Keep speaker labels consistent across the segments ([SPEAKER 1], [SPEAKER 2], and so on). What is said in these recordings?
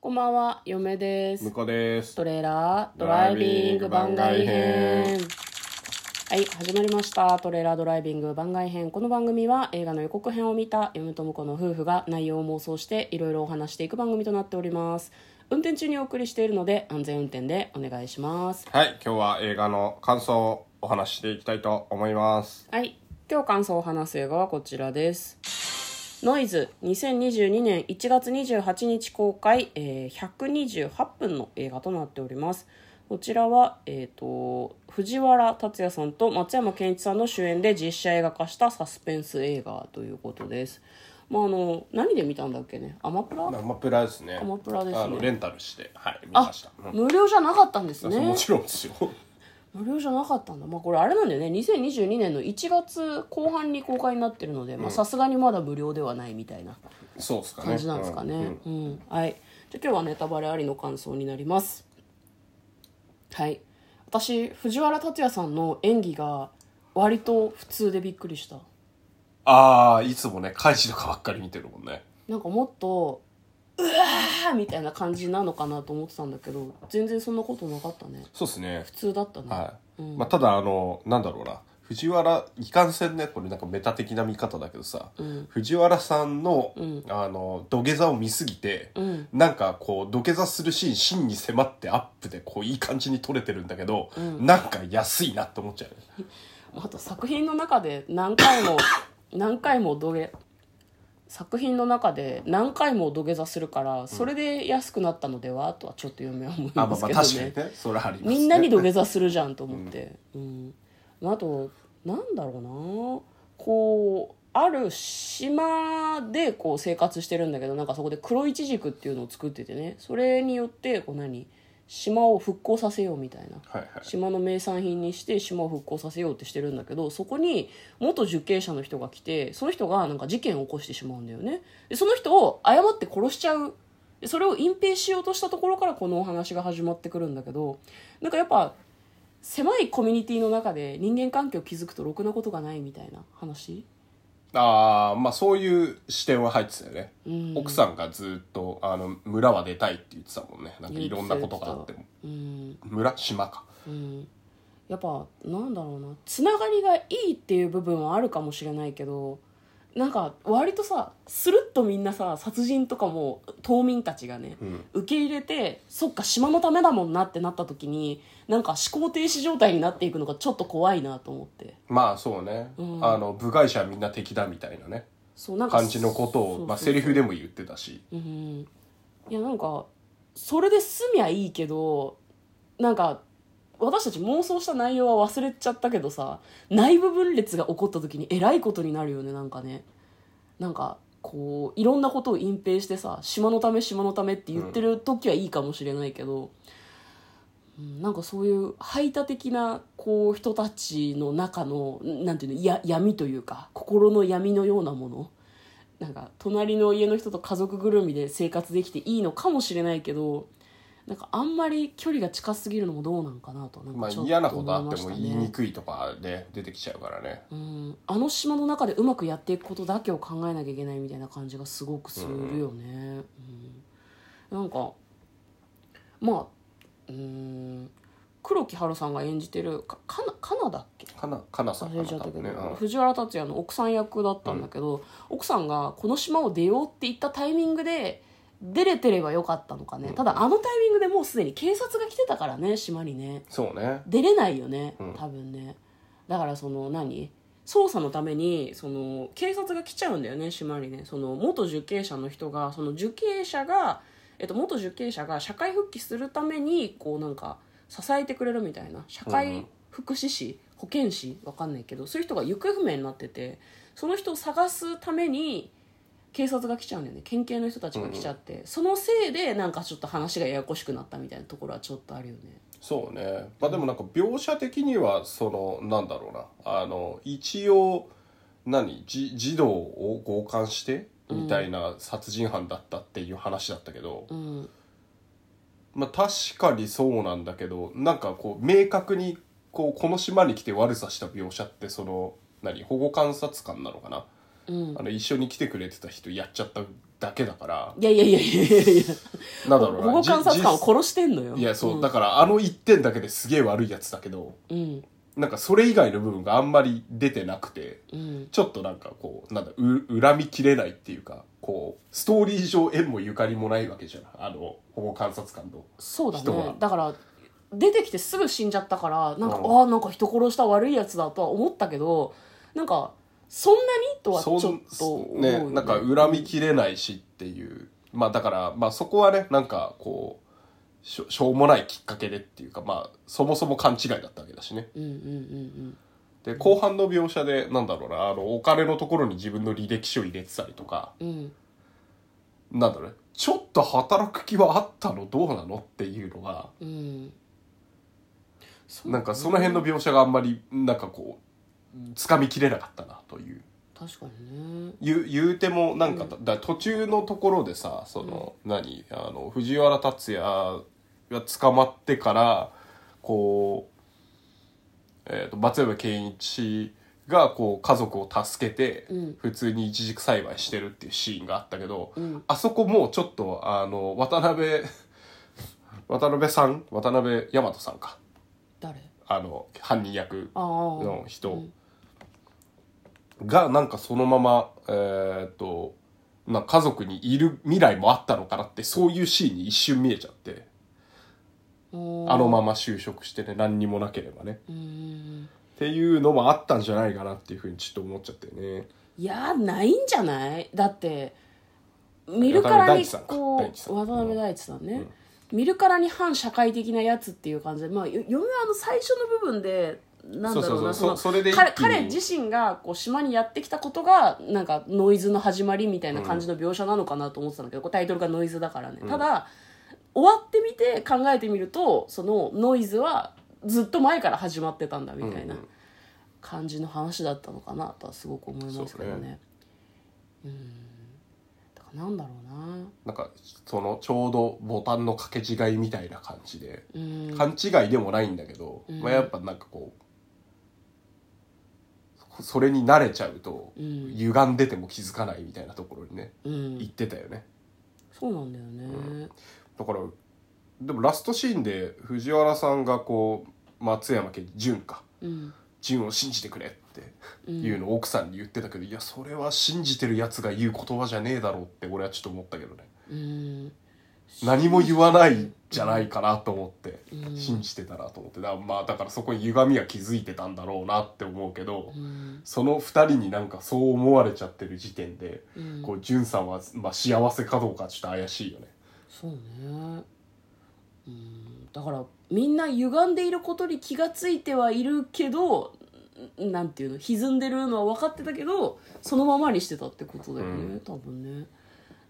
[SPEAKER 1] こんばんは、嫁です
[SPEAKER 2] 向。こうです
[SPEAKER 1] トレーラードライビング番外編。はい、始まりました。トレーラードライビング番外編。この番組は映画の予告編を見た嫁と婿の夫婦が内容を妄想していろいろお話していく番組となっております。運転中にお送りしているので安全運転でお願いします。
[SPEAKER 2] はい今日は映画の感想をお話ししていきたいと思います
[SPEAKER 1] はい今日感想を話す映画はこちらですノイズ2022年1月28日公開、えー128分の映画となっておりますこちらは、えー、と藤原竜也さんと松山ケンイチさんの主演で実写映画化したサスペンス映画ということですまああの何で見たんだっけねアマプラ
[SPEAKER 2] アマプラですね
[SPEAKER 1] アマプラですね
[SPEAKER 2] あのレンタルしてはい見
[SPEAKER 1] あ
[SPEAKER 2] ましたうん
[SPEAKER 1] 無料じゃなかったんです
[SPEAKER 2] そうも
[SPEAKER 1] ね
[SPEAKER 2] ちろんですよ
[SPEAKER 1] 無料じゃなかったんだまあこれあれなんだよね2022年の1月後半に公開になってるのでまあさすがにまだ無料ではないみたいな
[SPEAKER 2] そうですかね
[SPEAKER 1] 感じなんですかねうん、はいじゃあ今日はネタバレありの感想になりますはい私藤原竜也さんの演技が割と普通でびっくりした
[SPEAKER 2] ああいつもね開示とかばっかり見てるもんね
[SPEAKER 1] なんかもっとうわーみたいな感じなのかなと思ってたんだけど全然そんなことなかったね
[SPEAKER 2] そうですね
[SPEAKER 1] 普通だったね、
[SPEAKER 2] はい、まあ、ただあのなんだろうな藤原いかんせんねこれなんかメタ的な見方だけどさ、藤原さんの,、あの土下座を見すぎて、
[SPEAKER 1] ん
[SPEAKER 2] なんかこう土下座するシーン真に迫ってアップでこういい感じに撮れてるんだけど、なんか安いなって思っちゃうよね
[SPEAKER 1] あと作品の中で何回 も何回も土下作品の中で何回も土下座するからそれで安くなったのでは、とはちょっと嫁は思いま
[SPEAKER 2] あまあ
[SPEAKER 1] す
[SPEAKER 2] まあ
[SPEAKER 1] け
[SPEAKER 2] 確
[SPEAKER 1] ど
[SPEAKER 2] か
[SPEAKER 1] ね
[SPEAKER 2] にねそれはありますね
[SPEAKER 1] みんなに土下座するじゃんと思って、うんまあ、あとなんだろうなこうある島でこう生活してるんだけどなんかそこで黒いちじくっていうのを作っててねそれによってこう何島を復興させようみたいな
[SPEAKER 2] はいはい
[SPEAKER 1] 島の名産品にして島を復興させようってしてるんだけどそこに元受刑者の人が来てその人がなんか事件を起こしてしまうんだよねでその人を誤って殺しちゃうでそれを隠蔽しようとしたところからこのお話が始まってくるんだけどなんかやっぱ狭いコミュニティの中で人間関係を築くとろくなことがないみたいな話
[SPEAKER 2] あーまあそういう視点は入ってたよね、奥さんがずっとあの村は出たいって言ってたもんねなんかいろんなことがあっても
[SPEAKER 1] うん
[SPEAKER 2] 村島か
[SPEAKER 1] うんやっぱなんだろうなつながりがいいっていう部分はあるかもしれないけどなんか割とさスルッとみんなさ殺人とかも島民たちがね、
[SPEAKER 2] ん
[SPEAKER 1] 受け入れてそっか島のためだもんなってなった時になんか思考停止状態になっていくのがちょっと怖いなと思って
[SPEAKER 2] まあそうね、
[SPEAKER 1] ん
[SPEAKER 2] あの部外者はみんな敵だみたいなね
[SPEAKER 1] そうなんか
[SPEAKER 2] 感じのことを
[SPEAKER 1] そう
[SPEAKER 2] まあ、
[SPEAKER 1] そうそう
[SPEAKER 2] セリフでも言ってたし
[SPEAKER 1] うんいやなんかそれで済みゃいいけどなんか私たち妄想した内容は忘れちゃったけどさ内部分裂が起こった時にえらいことになるよねなんかねなんかこういろんなことを隠蔽してさ島のため島のためって言ってる時はいいかもしれないけど、うんなんかそういう排他的なこう人たちの中のなんていうのや闇というか心の闇のようなものなんか隣の家の人と家族ぐるみで生活できていいのかもしれないけどなんかあんまり距離が近すぎるのもどうなんかなとなん
[SPEAKER 2] ま
[SPEAKER 1] か
[SPEAKER 2] あ
[SPEAKER 1] ちょっ
[SPEAKER 2] 嫌なことあ
[SPEAKER 1] 思
[SPEAKER 2] っ
[SPEAKER 1] ま
[SPEAKER 2] て
[SPEAKER 1] し
[SPEAKER 2] も
[SPEAKER 1] たね
[SPEAKER 2] 言いにくいとかで出てきちゃうからね
[SPEAKER 1] うん、あの島の中でうまくやっていくことだけを考えなきゃいけないみたいな感じがすごくするよね、うんなんかまあうん黒木華さんが演じてるかかなかなだっけ
[SPEAKER 2] かなかなさ
[SPEAKER 1] 忘
[SPEAKER 2] んかな
[SPEAKER 1] れちゃ
[SPEAKER 2] 多
[SPEAKER 1] ったけど、
[SPEAKER 2] 分ね、うん
[SPEAKER 1] 藤原竜也の奥さん役だったんだけど、奥さんがこの島を出ようって言ったタイミングで出れてればよかったのかね、ただあのタイミングでもうすでに警察が来てたからね島にね
[SPEAKER 2] そうね
[SPEAKER 1] 出れないよね、
[SPEAKER 2] ん
[SPEAKER 1] 多分ねだからその何捜査のためにその警察が来ちゃうんだよね島にねその元受刑者の人がその受刑者が、えっと、元受刑者が社会復帰するためにこうなんか支えてくれるみたいな社会福祉士、保健師わかんないけどそういう人が行方不明になっててその人を探すために警察が来ちゃうんだよね県警の人たちが来ちゃって、そのせいでなんかちょっと話がややこしくなったみたいなところはちょっとあるよね。
[SPEAKER 2] そうねまあでもなんか描写的にはそのなんだろうなあの一応何じ児童を強姦してみたいな殺人犯だったっていう話だったけど、
[SPEAKER 1] うん
[SPEAKER 2] まあ、確かにそうなんだけどなんかこう明確にこうこの島に来て悪さした描写ってその何保護観察官なのかな、
[SPEAKER 1] うん
[SPEAKER 2] あの一緒に来てくれてた人やっちゃっただけだから
[SPEAKER 1] いやいやいやいやいやいや
[SPEAKER 2] なんだろうな
[SPEAKER 1] 保護観察官を
[SPEAKER 2] じ
[SPEAKER 1] 殺してんのよ
[SPEAKER 2] じいやそう、
[SPEAKER 1] ん
[SPEAKER 2] だからあの1点だけですげえ悪いやつだけど
[SPEAKER 1] うん
[SPEAKER 2] なんかそれ以外の部分があんまり出てなくて
[SPEAKER 1] うん
[SPEAKER 2] ちょっとなんかこうなんだう恨みきれないっていうかこうストーリー上縁もゆかりもないわけじゃんあの保護観察官の
[SPEAKER 1] そうだ
[SPEAKER 2] 人は
[SPEAKER 1] ねだから出てきてすぐ死んじゃったからなんか、
[SPEAKER 2] うん
[SPEAKER 1] ああなんか人殺した悪いやつだとは思ったけどなんかそんなにとはちょっと思うよ
[SPEAKER 2] ねなんか恨みきれないしっていうまあだからまあそこはねなんかこうしょしょうもないきっかけでっていうかまあそもそも勘違いだったわけだしね
[SPEAKER 1] うんうんうん
[SPEAKER 2] で後半の描写でなんだろうなあのお金のところに自分の履歴書を入れてたりとか
[SPEAKER 1] うんうん
[SPEAKER 2] なんだろうねちょっと働く気はあったのどうなのっていうのが
[SPEAKER 1] うんそう
[SPEAKER 2] なんかその辺の描写があんまりなんかこうつかみきれなかったなという
[SPEAKER 1] 確かにね
[SPEAKER 2] 言う言うてもなんかた、だ途中のところでさその、何あの藤原竜也が捕まってからこう、えー、と松山ケンイチがこう家族を助けて、
[SPEAKER 1] うん
[SPEAKER 2] 普通に一軸栽培してるっていうシーンがあったけど、
[SPEAKER 1] うん
[SPEAKER 2] あそこもうちょっとあの渡辺渡辺さん渡辺大和さんか
[SPEAKER 1] 誰
[SPEAKER 2] あの犯人役
[SPEAKER 1] ああ
[SPEAKER 2] の人、
[SPEAKER 1] うん
[SPEAKER 2] がなんかそのままえーっとな家族にいる未来もあったのかなってそういうシーンに一瞬見えちゃってあのまま就職してね何にもなければね
[SPEAKER 1] うんうんうん
[SPEAKER 2] っていうのもあったんじゃないかなっていうふうにちょっと思っちゃってね
[SPEAKER 1] いやーないんじゃないだって見るからにこ
[SPEAKER 2] 渡辺大地さん
[SPEAKER 1] う
[SPEAKER 2] か
[SPEAKER 1] 渡辺大地さんね、見るからに反社会的なやつっていう感じで、まあ、よ嫁はあの最初の部分でなんだろうな
[SPEAKER 2] そうそうそう
[SPEAKER 1] そ
[SPEAKER 2] そそれで
[SPEAKER 1] の
[SPEAKER 2] 一気に
[SPEAKER 1] 彼彼自身がこう島にやってきたことがなんかノイズの始まりみたいな感じの描写なのかなと思ってたんだけど、これタイトルがノイズだからね、ただ終わってみて考えてみるとそのノイズはずっと前から始まってたんだみたいな
[SPEAKER 2] うんうん
[SPEAKER 1] 感じの話だったのかなとはすごく思いますけどね。
[SPEAKER 2] そうう
[SPEAKER 1] ん
[SPEAKER 2] ね
[SPEAKER 1] だからなんだろうな
[SPEAKER 2] なんかそのちょうどボタンの掛け違いみたいな感じで、
[SPEAKER 1] うん
[SPEAKER 2] 勘違いでもないんだけど、まあ、やっぱなんかこうそれに慣れちゃうと
[SPEAKER 1] うん
[SPEAKER 2] 歪んでても気づかないみたいなところにね
[SPEAKER 1] うん
[SPEAKER 2] 行ってたよね、
[SPEAKER 1] そうなんだよね、
[SPEAKER 2] だからでもラストシーンで藤原さんがこう松山家純か
[SPEAKER 1] うん
[SPEAKER 2] 純を信じてくれっていうのを奥さんに言ってたけど、いやそれは信じてるやつが言う言葉じゃねえだろうって俺はちょっと思ったけどね
[SPEAKER 1] うん
[SPEAKER 2] 何も言わないんじゃないかなと思って、信じてたなと思ってだからまあだからそこに歪みは気づいてたんだろうなって思うけど、
[SPEAKER 1] うん
[SPEAKER 2] その2人になんかそう思われちゃってる時点で、
[SPEAKER 1] うん
[SPEAKER 2] こう純さんは、まあ、幸せかどうかちょっと怪しいよね。
[SPEAKER 1] そうねうんだからみんな歪んでいることに気がついてはいるけどんなんていうの歪んでるのは分かってたけどそのままにしてたってことだよね、
[SPEAKER 2] うん
[SPEAKER 1] 多分ね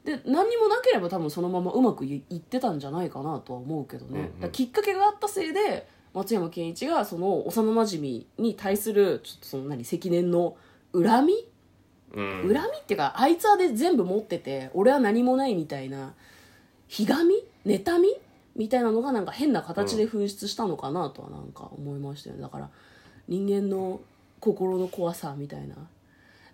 [SPEAKER 1] で何にもなければ多分そのままうまくいいってたんじゃないかなとは思うけどね、
[SPEAKER 2] うんう
[SPEAKER 1] だ
[SPEAKER 2] ん
[SPEAKER 1] からきっかけがあったせいで松山ケンイチがその幼なじみに対するちょっとその何積年の恨み
[SPEAKER 2] う
[SPEAKER 1] 恨
[SPEAKER 2] ん
[SPEAKER 1] みっていうかあいつはで全部持ってて俺は何もないみたいなひがみ妬みみたいなのがなんか変な形で噴出したのかなとはなんか思いましたよねだから人間の心の怖さみたいな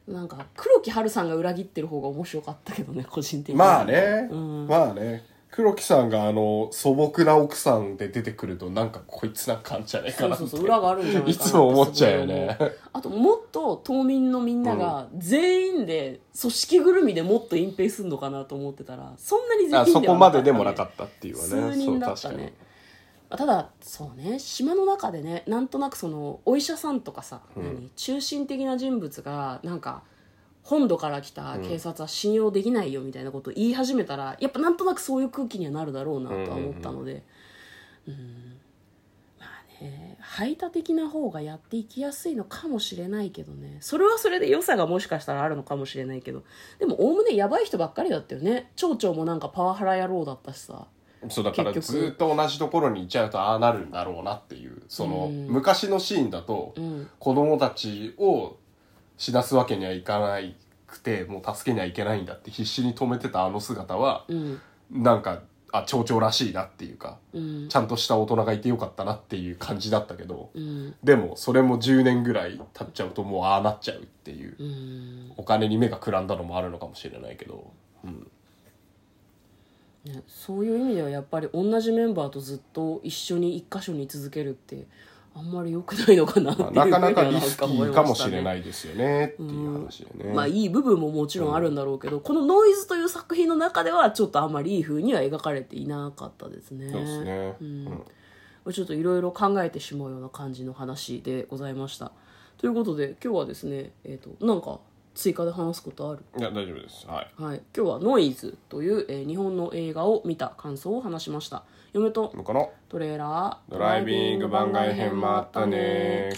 [SPEAKER 1] なんか黒木華さんが裏切ってる方が面白かったけどね個人的に
[SPEAKER 2] まあね、
[SPEAKER 1] うん
[SPEAKER 2] まあね黒木さんがあの素朴な奥さんで出てくるとなんかこいつなんかあんじゃない
[SPEAKER 1] そ
[SPEAKER 2] か
[SPEAKER 1] う
[SPEAKER 2] な
[SPEAKER 1] そうそう裏があるんじゃないかなって
[SPEAKER 2] いつも思っちゃうよね
[SPEAKER 1] すごい思うあともっと島民のみんなが全員で組織ぐるみでもっと隠蔽するのかなと思ってたらそんなに全員では
[SPEAKER 2] あそこまででもな
[SPEAKER 1] ったね
[SPEAKER 2] かったっていうわね
[SPEAKER 1] 数人だった
[SPEAKER 2] そう確
[SPEAKER 1] ねまあただそうね島の中でねなんとなくそのお医者さんとかさ、
[SPEAKER 2] うん
[SPEAKER 1] 何中心的な人物がなんか本土から来た警察は信用できないよみたいなことを言い始めたら、やっぱなんとなくそういう空気にはなるだろうなとは思ったので、うんまあね排他的な方がやっていきやすいのかもしれないけどねそれはそれで良さがもしかしたらあるのかもしれないけどでもおおむねやばい人ばっかりだったよね町長もなんかパワハラ野郎だったしさ
[SPEAKER 2] にそうだから
[SPEAKER 1] 結局
[SPEAKER 2] ずっと同じところにいちゃうとああなるんだろうなっていうその
[SPEAKER 1] うん
[SPEAKER 2] 昔のシーンだと
[SPEAKER 1] うん
[SPEAKER 2] 子供たちを死なすわけにはいかないくてもう助けにはいけないんだって必死に止めてたあの姿は
[SPEAKER 1] うん
[SPEAKER 2] なんかあ町長らしいなっていうか
[SPEAKER 1] うん
[SPEAKER 2] ちゃんとした大人がいてよかったなっていう感じだったけど、
[SPEAKER 1] うん
[SPEAKER 2] でもそれも10年ぐらい経っちゃうともうああなっちゃうっていう
[SPEAKER 1] うん
[SPEAKER 2] お金に目がくらんだのもあるのかもしれないけど、うん、
[SPEAKER 1] ね、そういう意味ではやっぱり同じメンバーとずっと一緒に一箇所に居続けるってあんまり良くないのかなってい
[SPEAKER 2] まあ
[SPEAKER 1] う
[SPEAKER 2] なかなかリスキ
[SPEAKER 1] ふうには
[SPEAKER 2] ー
[SPEAKER 1] ん
[SPEAKER 2] か
[SPEAKER 1] 思い
[SPEAKER 2] も
[SPEAKER 1] ま
[SPEAKER 2] し
[SPEAKER 1] ね
[SPEAKER 2] れないですよねっていう話でね。
[SPEAKER 1] まあいい部分ももちろんあるんだろうけど、この「ノイズ」という作品の中ではちょっとあんまりいい風には描かれていなかったですね。
[SPEAKER 2] そうですね。
[SPEAKER 1] う
[SPEAKER 2] うん
[SPEAKER 1] んちょっといろいろ考えてしまうような感じの話でございました。ということで今日はですね、えー、となんか追加で話すことある
[SPEAKER 2] いや、大丈夫です。はい。
[SPEAKER 1] はい、今日は「ノイズ」という、えー日本の映画を見た感想を話しました嫁と
[SPEAKER 2] 向こうの
[SPEAKER 1] トレーラー
[SPEAKER 2] ドライビング番外編もあったね